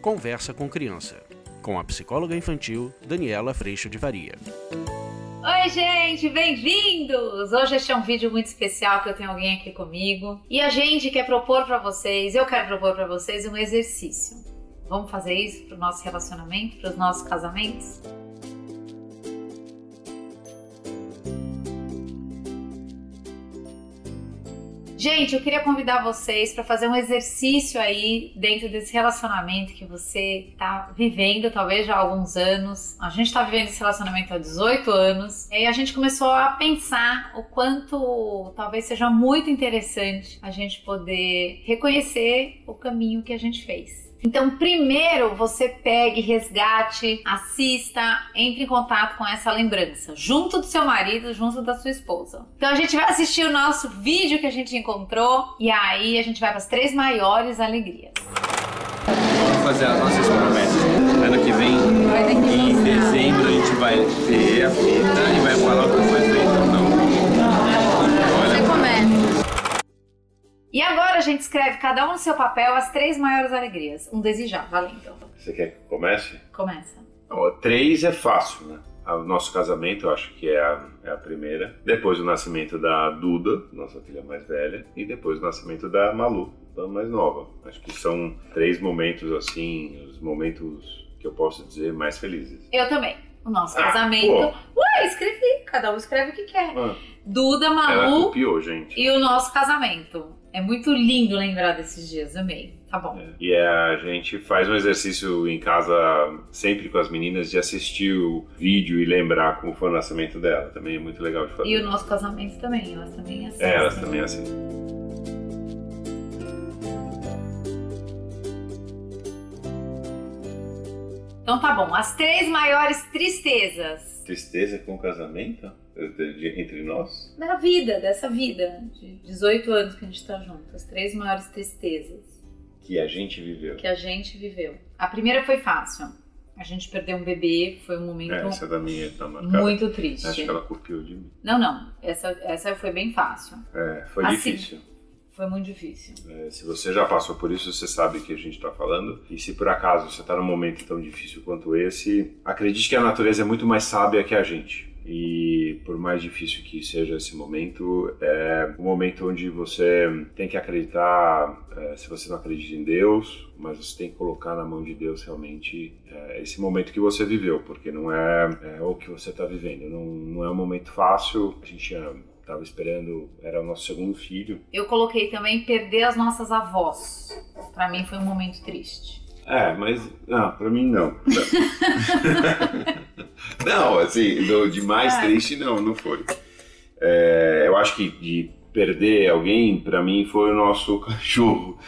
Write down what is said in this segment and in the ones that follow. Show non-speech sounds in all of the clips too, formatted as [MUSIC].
Conversa com Criança, com a psicóloga infantil Daniela Freixo de Varia. Oi, gente, bem-vindos! Hoje este é um vídeo muito especial que eu tenho alguém aqui comigo e a gente quer propor para vocês, eu quero propor para vocês um exercício. Vamos fazer isso para o nosso relacionamento, para os nossos casamentos? Gente, eu queria convidar vocês para fazer um exercício aí dentro desse relacionamento que você tá vivendo, talvez já há alguns anos. A gente tá vivendo esse relacionamento há 18 anos. E aí a gente começou a pensar o quanto talvez seja muito interessante a gente poder reconhecer o caminho que a gente fez. Então, primeiro você pegue, resgate, assista, entre em contato com essa lembrança, junto do seu marido, junto da sua esposa. Então, a gente vai assistir o nosso vídeo que a gente encontrou e aí a gente vai para as três maiores alegrias. Vamos fazer as nossas promessas. Ano que vem, em dezembro, a gente vai ter a fita e vai falar o que foi feito ou então não. Olha, E agora a gente escreve cada um no seu papel as três maiores alegrias. Um desejar, valendo. Você quer que comece? Começa. Ó, três é fácil, né? O nosso casamento, eu acho que é a, é a primeira. Depois o nascimento da Duda, nossa filha mais velha. E depois o nascimento da Malu, da mais nova. Acho que são três momentos, assim, os momentos que eu posso dizer mais felizes. Eu também. O nosso Ah, casamento. Ué, escrevi. Cada um escreve o que quer. Ah, Duda, ela Malu, copiou, gente. e o nosso casamento. É muito lindo lembrar desses dias, amei. Tá bom. É. E a gente faz um exercício em casa sempre com as meninas de assistir o vídeo e lembrar como foi o nascimento dela. Também é muito legal de fazer. E o nosso casamento também, elas também assistem. É, elas também assim. Então tá bom, as três maiores tristezas Tristeza com o casamento? Entre nós? da vida, dessa vida, de 18 anos que a gente tá junto. As três maiores tristezas Que a gente viveu. que a gente viveu. A primeira foi fácil. A gente perdeu um bebê, foi um momento É, essa da minha tá marcada. muito triste. Acho que ela copiou de mim. Não, não, essa, essa foi bem fácil. É, foi Assim. difícil. Foi muito difícil. É, se você já passou por isso, você sabe o que a gente tá falando. E se por acaso você tá num momento tão difícil quanto esse, acredite que a natureza é muito mais sábia que a gente. E por mais difícil que seja esse momento, é um momento onde você tem que acreditar. é, se você não acredita em Deus, mas você tem que colocar na mão de Deus realmente é, esse momento que você viveu, porque não é, é o que você está vivendo. Não, não é um momento fácil. A gente estava esperando, era o nosso segundo filho, Eu coloquei também perder as nossas avós. Pra mim foi um momento triste. É, mas. Não, pra mim [LAUGHS] não. não, assim, do, de mais Ah. triste, não, não foi. É, eu acho que de perder alguém, pra mim, foi o nosso [LAUGHS] cachorro.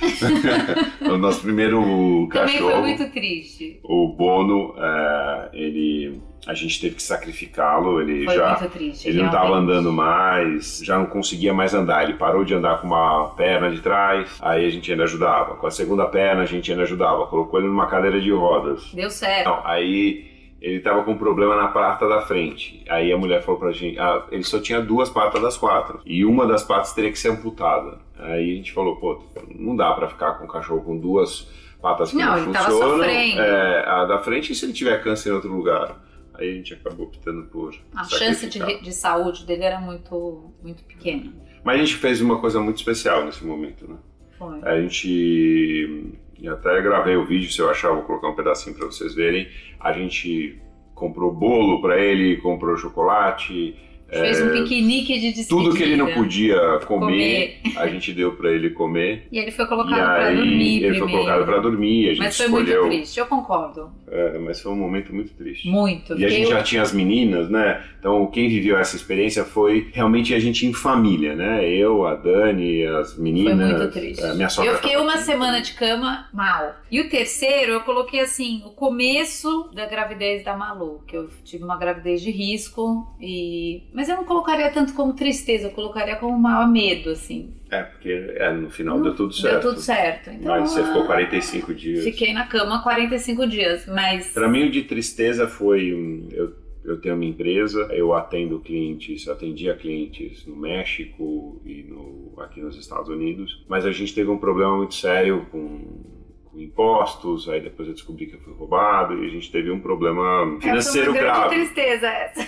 o nosso primeiro Também foi Um cachorro. muito triste. O Bono, é, ele. A gente teve que sacrificá-lo, ele Foi já. muito triste. Ele não estava realmente. andando mais, já não conseguia mais andar. Ele parou de andar com uma perna de trás, aí a gente ainda ajudava. Com a segunda perna a gente ainda ajudava. Colocou ele numa cadeira de rodas. Deu certo. Não, aí ele estava com um problema na pata da frente. Aí a mulher falou pra gente: ah, ele só tinha duas patas das quatro. E uma das patas teria que ser amputada. Aí a gente falou: pô, não dá pra ficar com um cachorro com duas patas que Não, não, ele tava funcionam. sofrendo. É, a da frente, e se ele tiver câncer em outro lugar? Aí a gente acabou optando por. A chance de, sacrificar. re- de saúde dele era muito, muito pequena. Mas a gente fez uma coisa muito especial nesse momento, né? Foi. A gente. Eu até gravei o vídeo, se eu achar, eu vou colocar um pedacinho pra vocês verem. A gente comprou bolo pra ele, comprou chocolate, Fez um piquenique de despedida. É, tudo que ele não podia comer, comer. a gente deu pra ele comer. E ele foi E colocado pra aí dormir ele primeiro. foi colocado pra dormir, a gente Mas foi escolheu. muito triste, eu concordo. É, mas foi um momento muito triste. Muito. E a gente Eu- já tinha as meninas, né? Então quem viveu essa experiência foi realmente a gente em família, né? Eu, a Dani, as Foi meninas. muito triste. é, minha sogra eu fiquei tava uma aqui. semana tipo, de cama mal. E o terceiro, eu coloquei assim, o começo da gravidez da Malu, que eu tive uma gravidez de risco e mas eu não colocaria tanto como tristeza, eu colocaria como maior medo assim. É, porque é, no final Não, deu tudo certo. Deu tudo certo. Então, Mas você ficou ah, 45 dias. Fiquei na cama 45 dias, mas Pra mim, o de tristeza foi. hum, Eu, eu tenho minha empresa, eu atendo clientes, atendia clientes no México e no, aqui nos Estados Unidos, mas a gente teve um problema muito sério com. com impostos, aí depois eu descobri que eu fui roubado e a gente teve um problema financeiro Essa é uma grande grave. tristeza essa.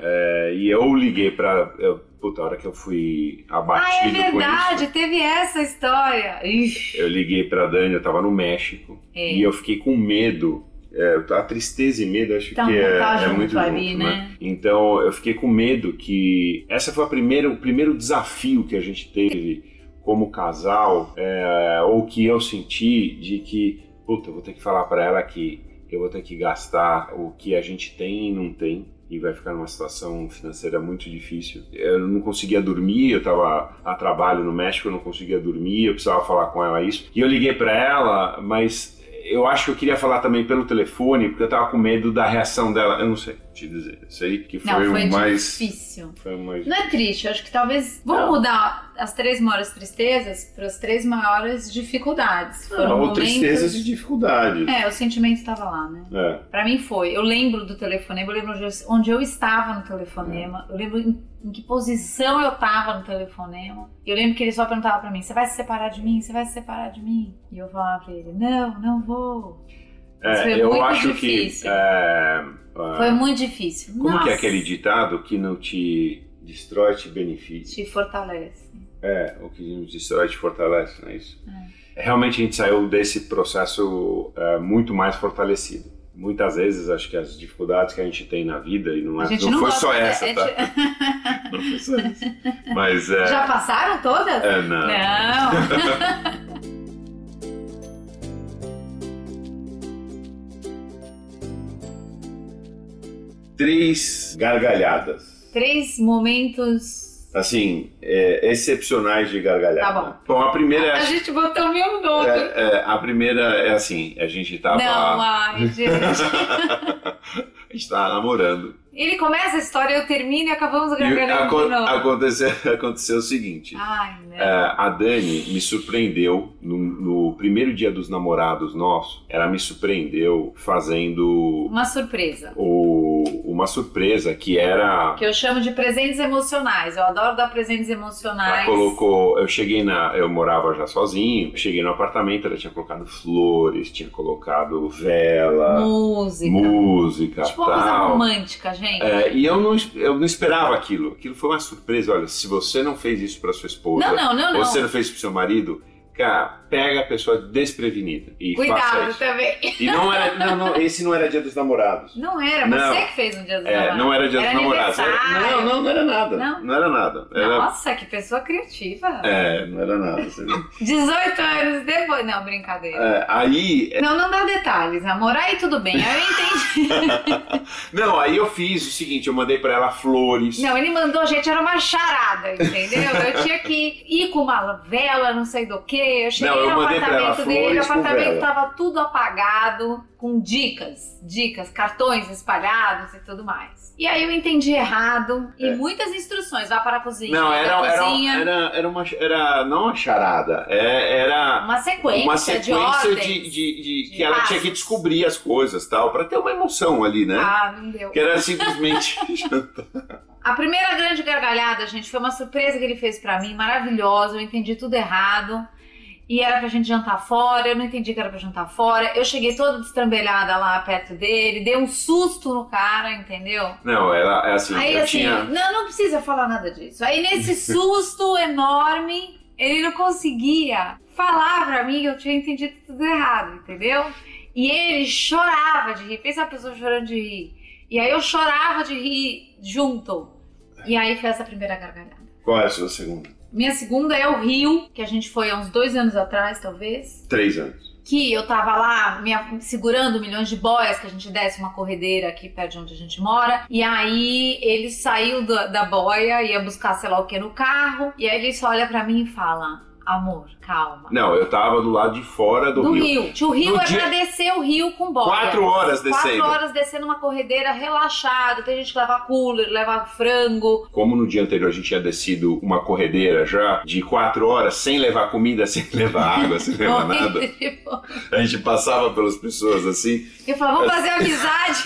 É, e eu liguei pra. Eu, puta, a hora que eu fui Ah, é abatido com isso. verdade, teve essa história. Ixi. Eu liguei pra Dani, eu tava no México. É. E eu fiquei com medo. É, a tristeza e medo acho Tá- que é, tá é junto muito ali, junto, né? Então eu fiquei com medo que essa foi a primeira, o primeiro desafio que a gente teve como casal, é, ou que eu senti de que, puta, eu vou ter que falar pra ela que eu vou ter que gastar o que a gente tem e não tem. E vai ficar numa situação financeira muito difícil. Eu não conseguia dormir, eu tava a trabalho no México, eu não conseguia dormir, eu precisava falar com ela isso. E eu liguei pra ela, mas eu acho que eu queria falar também pelo telefone, porque eu tava com medo da reação dela. Eu não sei te dizer. Eu sei que foi, Não, foi o mais. difícil. Foi o mais. Não é triste, eu acho que talvez. Vamos Não. mudar as três maiores tristezas para as três maiores dificuldades. Foram Ah, Ou momentos... tristezas e dificuldades. É, o sentimento estava lá, né? É. Pra mim foi. Eu lembro do telefonema, eu lembro onde eu, onde eu estava no telefonema, É. eu lembro em, em que posição eu tava no telefonema. Eu lembro que ele só perguntava pra mim: Você vai se separar de mim? Você vai se separar de mim? E eu falava pra ele: Não, não vou. Mas É, foi eu muito acho que. difícil. é, é, Foi muito difícil. como Nossa, que é aquele ditado que não te destrói, te beneficia? Te fortalece. É, o que nos destrói te fortalece, não é isso? Realmente a gente saiu desse processo é, muito mais fortalecido. Muitas vezes acho que as dificuldades que a gente tem na vida, e não, é, A gente não, não foi gosta- só é, essa, é tá? de- [LAUGHS] Não foi só essa. Mas é. Já passaram todas? é, não. Não. Três gargalhadas. Três momentos. Assim, é, excepcionais de gargalhada. Tá bom. Bom, a primeira é A gente botou o mesmo nome. É, é, a primeira é assim, a gente tava. Não, ai, gente. a gente tava namorando. Ele começa a história, eu termino e acabamos E gargalhando aco- de novo. aconteceu, [LAUGHS] aconteceu o seguinte. Ai, não. é, a Dani me surpreendeu no, no primeiro dia dos namorados nossos. Ela me surpreendeu fazendo Uma surpresa. o, uma surpresa que era. Que eu chamo de presentes emocionais. Eu adoro dar presentes Ela emocionais. colocou. Eu cheguei na. Eu morava já sozinho. Cheguei no apartamento, ela tinha colocado flores, tinha colocado vela, música. música. Tipo uma coisa tal. romântica, gente. É, e eu não, eu não esperava aquilo. Aquilo foi uma surpresa. Olha, se você não fez isso pra sua esposa, não, não, não, ou não. você não fez isso pro seu marido, cara, pega a pessoa desprevenida e faça Cuidado isso. também. E não era, não, não, esse não era dia dos namorados. Não era, Não. você que fez no dia dos É, namorados. não era dia Era dos namorados. Era- aniversário. não, não, não era nada. Não? era nada. Era, Nossa, que pessoa criativa. é, não era nada. você viu? 18 anos depois. Não, brincadeira. É, aí Não, não dá detalhes, amor. Aí tudo bem, aí eu entendi. Não, aí eu fiz o seguinte, eu mandei pra ela flores. Não, ele mandou, gente, era uma charada, entendeu? Eu tinha que ir com uma vela, não sei do que. Eu cheguei Não, eu no mandei pra ela apartamento dele, o flores com apartamento vela. tava tudo apagado, com dicas, dicas, cartões espalhados e tudo mais. E aí eu entendi errado, e É. muitas instruções, vá para a cozinha, Não, vá era, para a era, cozinha. era, era uma era não uma charada, é- era uma sequência, uma sequência de de, ordens. de- de- de que ela tinha passos. que descobrir as coisas tal pra ter uma emoção ali, né? Ah, não deu. Que era simplesmente [LAUGHS] A primeira grande gargalhada, gente, foi uma surpresa que ele fez pra mim, maravilhosa. Eu entendi tudo errado. E era pra gente jantar fora, eu não entendi que era pra jantar fora. Eu cheguei toda destrambelhada lá perto dele, dei um susto no cara, entendeu? não, era é assim, Aí eu assim, tinha não, não precisa falar nada disso. Aí [LAUGHS] nesse susto enorme, ele não conseguia falar pra mim que eu tinha entendido tudo errado, entendeu? E ele chorava de rir, pensa a pessoa chorando de rir. E aí eu chorava de rir junto. E aí foi essa primeira gargalhada. qual é a sua segunda? Minha segunda é o Rio, que a gente foi há uns dois anos atrás, talvez Três anos. que eu tava lá me segurando milhões de boias, que a gente desce uma corredeira aqui perto de onde a gente mora. E aí ele saiu da, da boia, ia buscar sei lá o que no carro. E aí ele só olha pra mim e fala: Amor, calma. Não, eu tava do lado de fora do, Do rio. rio. Tio, O rio No é dia- pra descer o rio com boia. Quatro horas descendo. Quatro horas descendo uma corredeira relaxado. Tem gente que leva cooler, leva frango. Como no dia anterior a gente tinha descido uma corredeira já de quatro horas sem levar comida, [LAUGHS] sem levar água, sem levar nada. [LAUGHS] A gente passava pelas pessoas assim, Tipo, Eu falava, vamos fazer amizade.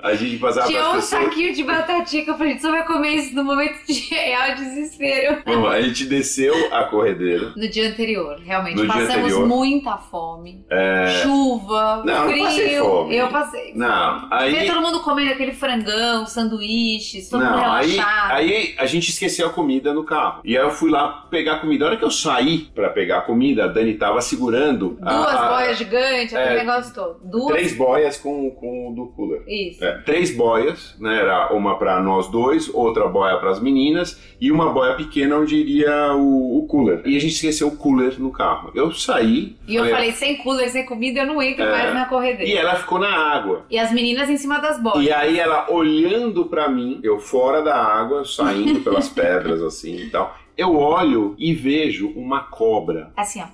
[LAUGHS] a gente passava Tinha um pelas pessoas. saquinho de batatinha que eu falei, só vai comer isso no momento de real desespero. Vamos, a gente desceu a corredeira. No dia anterior, realmente. No dia Passamos anterior. muita fome. É, Chuva, Não, eu não frio. passei fome. Eu passei. Não, aí- Vê todo mundo comendo aquele frangão, sanduíches, todo mundo Não, aí, relaxado. aí a gente esqueceu a comida no carro. E aí eu fui lá pegar a comida. A hora que eu saí pra pegar a comida, a Dani tava segurando Duas a- a- boias gigantes, aquele ah, é, negócio todo. Duas. três boias com, com o do cooler. Isso. É, três boias, né? Era uma pra nós dois, outra boia pras meninas e uma boia pequena onde iria o, o cooler. E a gente esqueceu o cooler no carro. Eu saí E eu falei, sem cooler, sem comida, eu não entro É. mais na corredeira. e ela ficou na água. E as meninas em cima das bolas. E aí ela olhando pra mim, eu fora da água, saindo pelas pedras assim e tal. Eu olho e vejo uma cobra Assim, ó.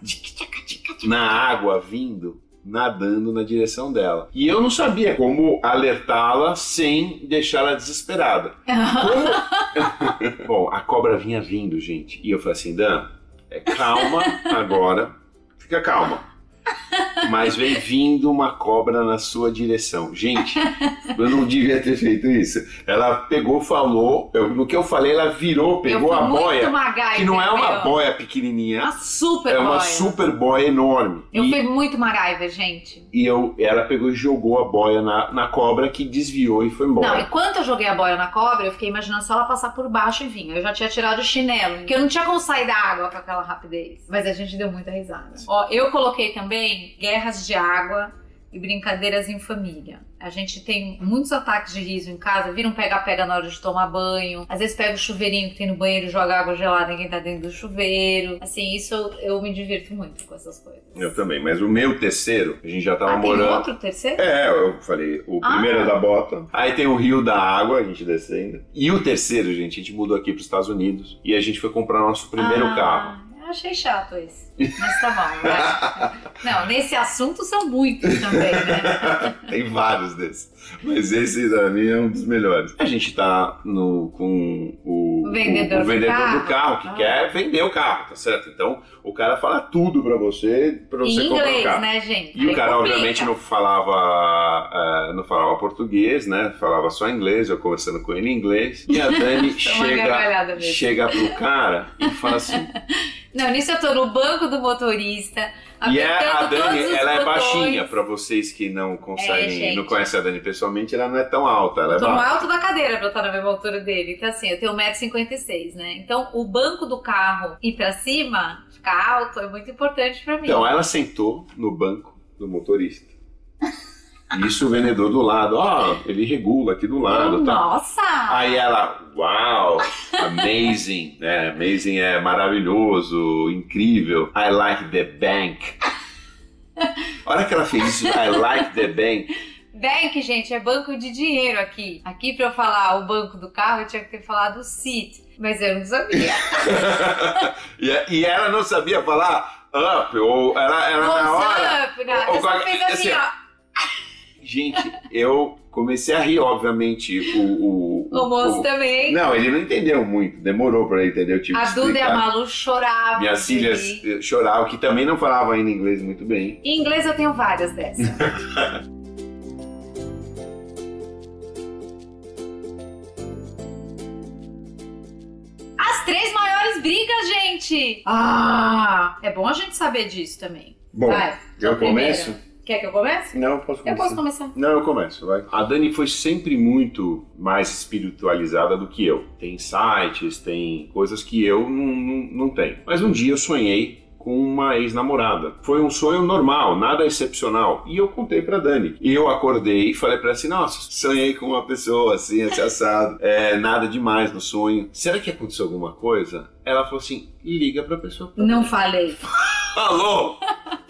[LAUGHS] na água vindo, nadando na direção dela. E eu não sabia como alertá-la sem deixá-la desesperada. Como- Bom, a cobra vinha vindo, gente. E eu falei assim, Dan, é calma agora. Fica calma. Mas vem vindo uma cobra na sua direção. Gente, eu não devia ter feito isso. Ela pegou, falou. eu- no que eu falei, ela virou, pegou eu a fui muito boia. MacGyver, Que não é uma meu. boia pequenininha, Uma super é uma boia. super boia enorme. Eu e, fui muito Maraiva, gente. e eu, ela pegou e jogou a boia na, na cobra que desviou e foi Não, embora. enquanto eu joguei a boia na cobra, eu fiquei imaginando só ela passar por baixo e vir. Eu já tinha tirado o chinelo, porque eu não tinha como sair da água com aquela rapidez. Mas a gente deu muita risada. Ó, eu coloquei também guerras de água e brincadeiras em família. A gente tem muitos ataques de riso em casa, vira um pega-pega na hora de tomar banho. Às vezes pega o chuveirinho que tem no banheiro e joga água gelada em quem tá dentro do chuveiro. Assim, isso eu, eu me divirto muito com essas coisas. Eu também, mas o meu terceiro, a gente já tava ah, tem morando. outro terceiro? É, eu falei, o primeiro Ah. é da bota, aí tem o rio da água, a gente descendo. E o terceiro, gente, a gente mudou aqui pros Estados Unidos e a gente foi comprar nosso primeiro Ah, carro. [LAUGHS] Eu achei chato esse. Mas tá bom, [LAUGHS] vai. Não, nesse assunto são muitos também, né? Tem vários desses. Mas esse da minha é um dos melhores. A gente tá no, com o, O vendedor o- o do vendedor carro. do carro, que Ah. quer vender o carro, tá certo? Então o cara fala tudo pra você, pra Em você comprar o inglês, carro. né, gente? E o Aí cara, complica. obviamente, não falava, ah, não falava português, né? Falava só inglês, eu conversando com ele em inglês. E a [LAUGHS] Dani Dá [LAUGHS] uma gargalhada chega, mesmo. chega pro cara e [LAUGHS] fala assim. Não, nisso eu tô no banco do motorista, apertando e é, a Dani, todos os ela é botões. É, baixinha, pra vocês que não conseguem, gente. não conhecem a Dani pessoalmente, ela não é tão alta, ela é Eu tô no baixa. alto da cadeira pra eu estar na mesma altura dele. Então, assim, eu tenho 1,56m, né? Então, o banco do carro ir pra cima, ficar alto, é muito importante pra mim. Então, ela sentou no banco do motorista. [LAUGHS] Isso o vendedor do lado, ó, ele regula aqui do lado, tá? Nossa! Aí ela, uau, amazing, né? Amazing é maravilhoso, incrível. I like the bank. A hora que ela fez isso, I like the bank. [LAUGHS] Bank, gente, é banco de dinheiro aqui. Aqui pra eu falar o banco do carro, eu tinha que ter falado o CIT. Mas eu não sabia. [LAUGHS] e, e ela não sabia falar up, ou ela, ela na hora. What's up, nada. Ô, Eu só Gaga, fiz assim, assim, ó. Gente, eu comecei a rir, obviamente. O, o, O moço também. Não, ele não entendeu muito, demorou pra ele entender o tipo a de Duda e a explicar. Malu choravam. Minhas de filhas rir. eh, choravam, que também não falavam ainda inglês muito bem. Em inglês eu tenho várias [LAUGHS] dessas. As três maiores brigas, gente! Ah! É bom a gente saber disso também. Bom, Vai, eu a primeira. começo? Quer que eu comece? Não, posso Eu posso começar. Não, eu começo, vai. A Dani foi sempre muito mais espiritualizada do que eu. Tem sites, tem coisas que eu não, não, não tenho. Mas um dia eu sonhei com uma ex-namorada. Foi um sonho normal, nada excepcional. E eu contei pra Dani. E eu acordei e falei pra ela assim, nossa, sonhei com uma pessoa assim, esse assado. É, nada demais no sonho. Será que aconteceu alguma coisa? Ela falou assim, liga pra pessoa. Não falei. Falou!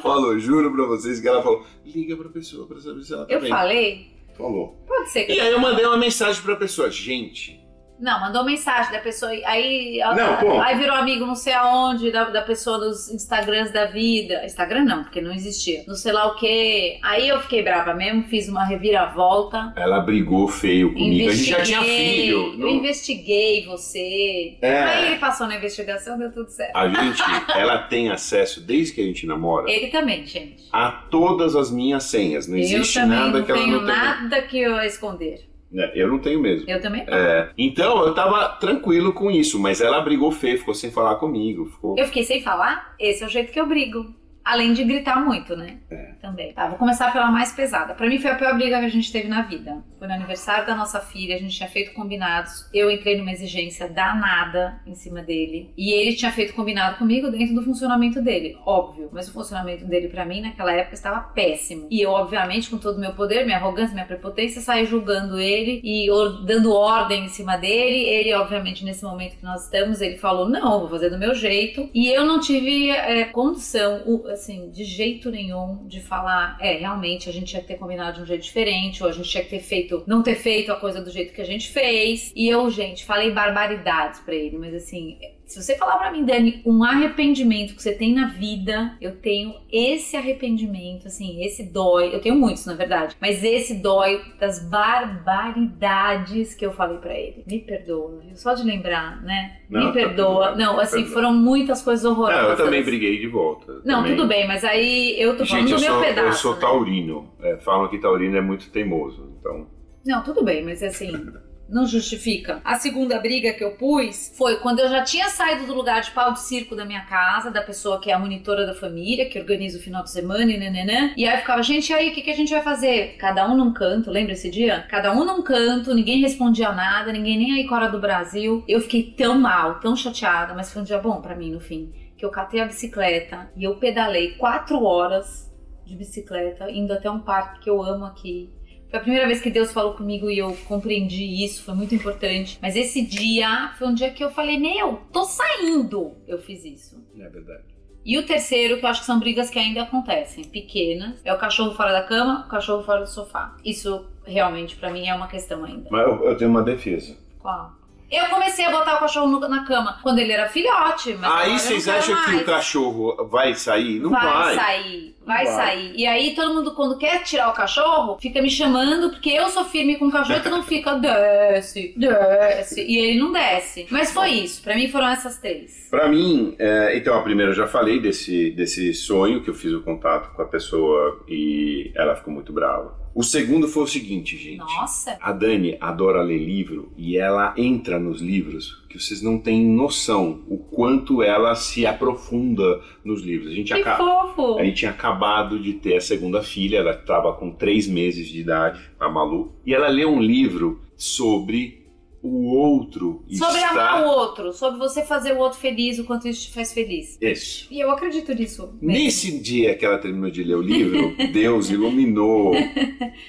Falou, juro pra vocês que ela falou, liga pra pessoa pra saber se ela tá Eu bem. falei? Falou. Pode ser que. E aí eu mandei uma mensagem pra pessoa, gente. Não, mandou mensagem da pessoa. Aí, ela- Não, pô. aí virou amigo não sei aonde, da, da pessoa dos Instagrams da vida. Instagram não, porque não existia. Não sei lá o quê. Aí eu fiquei brava mesmo, fiz uma reviravolta. Ela brigou feio comigo. A gente já tinha Investiguei, filho. Eu não- investiguei você. Aí É. ele passou na investigação, deu tudo certo. A gente, ela tem acesso, desde que a gente namora, Ele também, gente. a todas as minhas senhas. Não existe eu também nada não que ela tenho não tenha. nada que eu esconder. né? Eu não tenho mesmo. Eu também não. É, então eu tava tranquilo com isso, mas ela brigou feio, ficou sem falar comigo, ficou. Eu fiquei sem falar, esse é o jeito que eu brigo. Além de gritar muito, né? Também. Tá, vou começar pela mais pesada. Pra mim foi a pior briga que a gente teve na vida. Foi no aniversário da nossa filha, a gente tinha feito combinados. Eu entrei numa exigência danada em cima dele. E ele tinha feito combinado comigo dentro do funcionamento dele, óbvio. Mas o funcionamento dele pra mim naquela época estava péssimo. E eu, obviamente, com todo o meu poder, minha arrogância, minha prepotência, saí julgando ele e or- dando ordem em cima dele. Ele, obviamente, nesse momento que nós estamos, ele falou: não, vou fazer do meu jeito. E eu não tive é, condição, o- assim, de jeito nenhum de falar: é, realmente a gente tinha que ter combinado de um jeito diferente, ou a gente tinha que ter feito, não ter feito a coisa do jeito que a gente fez. E eu, gente, falei barbaridades pra ele, mas assim, se você falar pra mim, Dani, um arrependimento que você tem na vida, eu tenho esse arrependimento, assim, esse dói. Eu tenho muitos, na verdade, mas esse dói das barbaridades que eu falei pra ele. Me perdoa, viu? Só de lembrar, né? Não, Me tá perdoa. tudo bem, Não, tá assim, tudo bem. foram muitas coisas horrorosas. Não, eu também briguei de volta. Não, também. tudo bem, mas aí eu tô falando Gente, eu do meu sou, pedaço. eu sou né? taurino. É, falam que taurino é muito teimoso. Então, Não, tudo bem, mas assim, não justifica. A segunda briga que eu pus foi quando eu já tinha saído do lugar de pau de circo da minha casa, da pessoa que é a monitora da família, que organiza o final de semana e nananã. E aí eu ficava, gente, e aí o que, que a gente vai fazer? Cada um num canto, lembra esse dia? Cada um num canto, ninguém respondia nada, ninguém nem aí fora do Brasil. Eu fiquei tão mal, tão chateada, mas foi um dia bom pra mim no fim. Que eu catei a bicicleta e eu pedalei quatro horas de bicicleta, indo até um parque que eu amo aqui, foi a primeira vez que Deus falou comigo e eu compreendi isso, foi muito importante. Mas esse dia foi um dia que eu falei, meu, tô saindo! Eu fiz isso. é verdade. E o terceiro, que eu acho que são brigas que ainda acontecem, pequenas, é o cachorro fora da cama, o cachorro fora do sofá. Isso realmente pra mim é uma questão ainda. Mas eu, eu tenho uma defesa. Qual? Eu comecei a botar o cachorro no- na cama quando ele era filhote, mas agora Aí eu vocês não quero acham que mais. o cachorro vai sair? Não vai. Vai sair, vai, Vai. sair. E aí todo mundo, quando quer tirar o cachorro, fica me chamando, porque eu sou firme com o cachorro, então não fica, desce, desce. E ele não desce. Mas foi isso, pra mim foram essas três. Pra mim, é, então, a primeira eu já falei desse, desse sonho que eu fiz o contato com a pessoa e ela ficou muito brava. O segundo foi o seguinte, gente. Nossa, A Dani adora ler livro e ela entra nos livros que vocês não têm noção o quanto ela se aprofunda nos livros. A gente que acaba. fofo! A gente tinha acabado de ter a segunda filha, ela estava com três meses de idade, a Malu, e ela leu um livro sobre o outro e Sobre estar... amar o outro, sobre você fazer o outro feliz, o quanto isso te faz feliz. Isso. E eu acredito nisso. mesmo. Nesse dia que ela terminou de ler [LAUGHS] o livro, Deus iluminou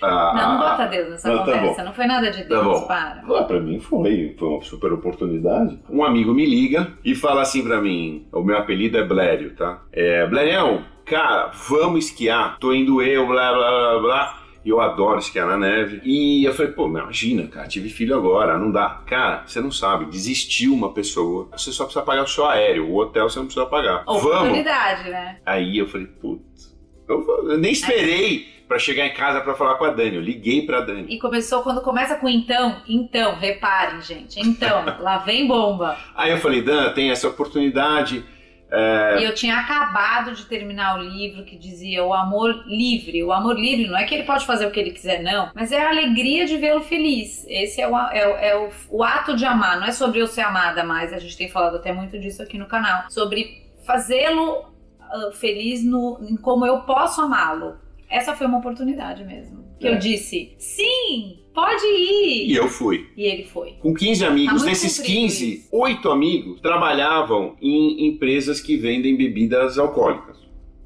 a... Não, não bota Deus nessa Não, tá conversa, não foi nada de Deus, bom. para. Ah, pra mim foi, foi uma super oportunidade. Um amigo me liga e fala assim pra mim: o meu apelido é Blério, tá? É, Blérião, cara, vamos esquiar. Tô indo eu, blá blá blá blá. E eu adoro esquiar na neve. E eu falei, pô, imagina, cara, tive filho agora, não dá. Cara, você não sabe, desistiu uma pessoa. Você só precisa pagar o seu aéreo, o hotel você não precisa pagar. Vamos! Oportunidade, né? Aí eu falei, putz, eu, vou- eu nem esperei pra chegar em casa pra falar com a Dani. Eu liguei pra Dani. E começou quando começa com então, então, reparem, gente. Então, lá vem bomba. Aí eu falei, Dan, tem essa oportunidade. É. E eu tinha acabado de terminar o livro que dizia o amor livre. O amor livre não é que ele pode fazer o que ele quiser, não, mas é a alegria de vê-lo feliz. Esse é, o, é, o- é o, o ato de amar. Não é sobre eu ser amada mais, a gente tem falado até muito disso aqui no canal. Sobre fazê-lo ah, feliz no, em como eu posso amá-lo. Essa foi uma oportunidade mesmo. Que É. eu disse, sim, pode ir. E eu fui. E ele foi. Com 15 amigos, muito desses comprido 15, isso. oito amigos trabalhavam em empresas que vendem bebidas alcoólicas.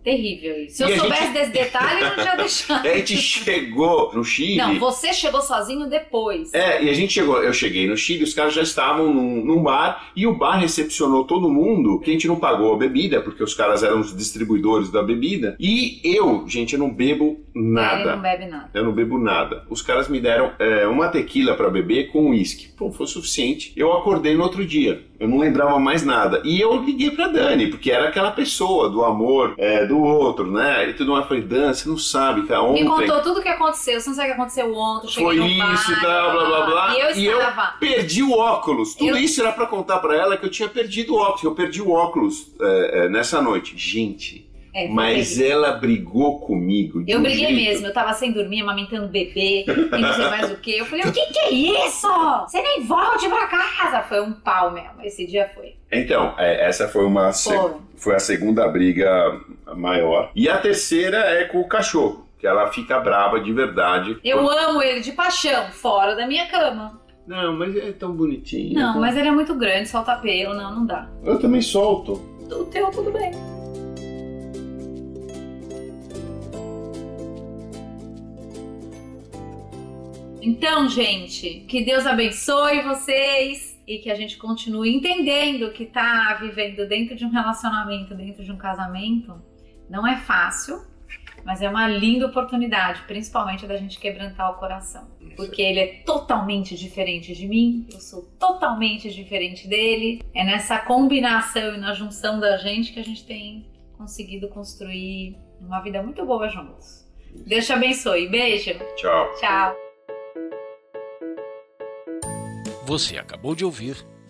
Terrível isso. Se E a eu gente- soubesse desse detalhe, eu não [LAUGHS] tinha A deixado. [LAUGHS] gente chegou no Chile. Não, você chegou sozinho depois. É, e a gente chegou, eu cheguei no Chile, os caras já estavam num, num bar e o bar recepcionou todo mundo. que A gente não pagou a bebida, porque os caras eram os distribuidores da bebida. E eu, gente, eu não bebo Ele nada. não bebe nada. Eu não bebo nada. Os caras me deram é, uma tequila pra beber com uísque. Pô, foi o suficiente. Eu acordei no outro dia. Eu não lembrava mais nada. E eu liguei pra Dani, porque era aquela pessoa do amor é, do outro, né? E tudo mais. Eu falei, Dan, você não sabe, cara. Ontem. Me contou tudo o que aconteceu. Você não sabe o que aconteceu ontem. eu Cheguei Foi no bar, isso, tá, blá, blá, blá. E eu E eu- estava. Perdi o óculos. Tudo Eu- isso era eh, pra contar pra ela que eu tinha perdido o óculos. Eu perdi o óculos é, é, nessa noite. Gente, É, foi Mas terrível. ela brigou comigo. de Eu um briguei jeito- mesmo, eu tava sem dormir, amamentando bebê, e não sei mais o que. Eu falei, o que que é isso? Você nem volte pra casa! Foi um pau mesmo, esse dia foi. Então, é, eh, essa foi uma se- Foi. foi a segunda briga maior. E a terceira é com o cachorro, que ela fica brava de verdade. Eu amo ele de paixão, fora da minha cama. Não, mas é tão bonitinho. Não, tão- mas ele é muito grande, solta pelo, não, não dá. Eu também solto. O teu tudo bem. Então, gente, que Deus abençoe vocês e que a gente continue entendendo que tá vivendo dentro de um relacionamento, dentro de um casamento, não é fácil, mas é uma linda oportunidade, principalmente da gente quebrantar o coração. Porque ele é totalmente diferente de mim, eu sou totalmente diferente dele. É nessa combinação e na junção da gente que a gente tem conseguido construir uma vida muito boa juntos. Deus te abençoe. Beijo. Tchau. Tchau. Você acabou de ouvir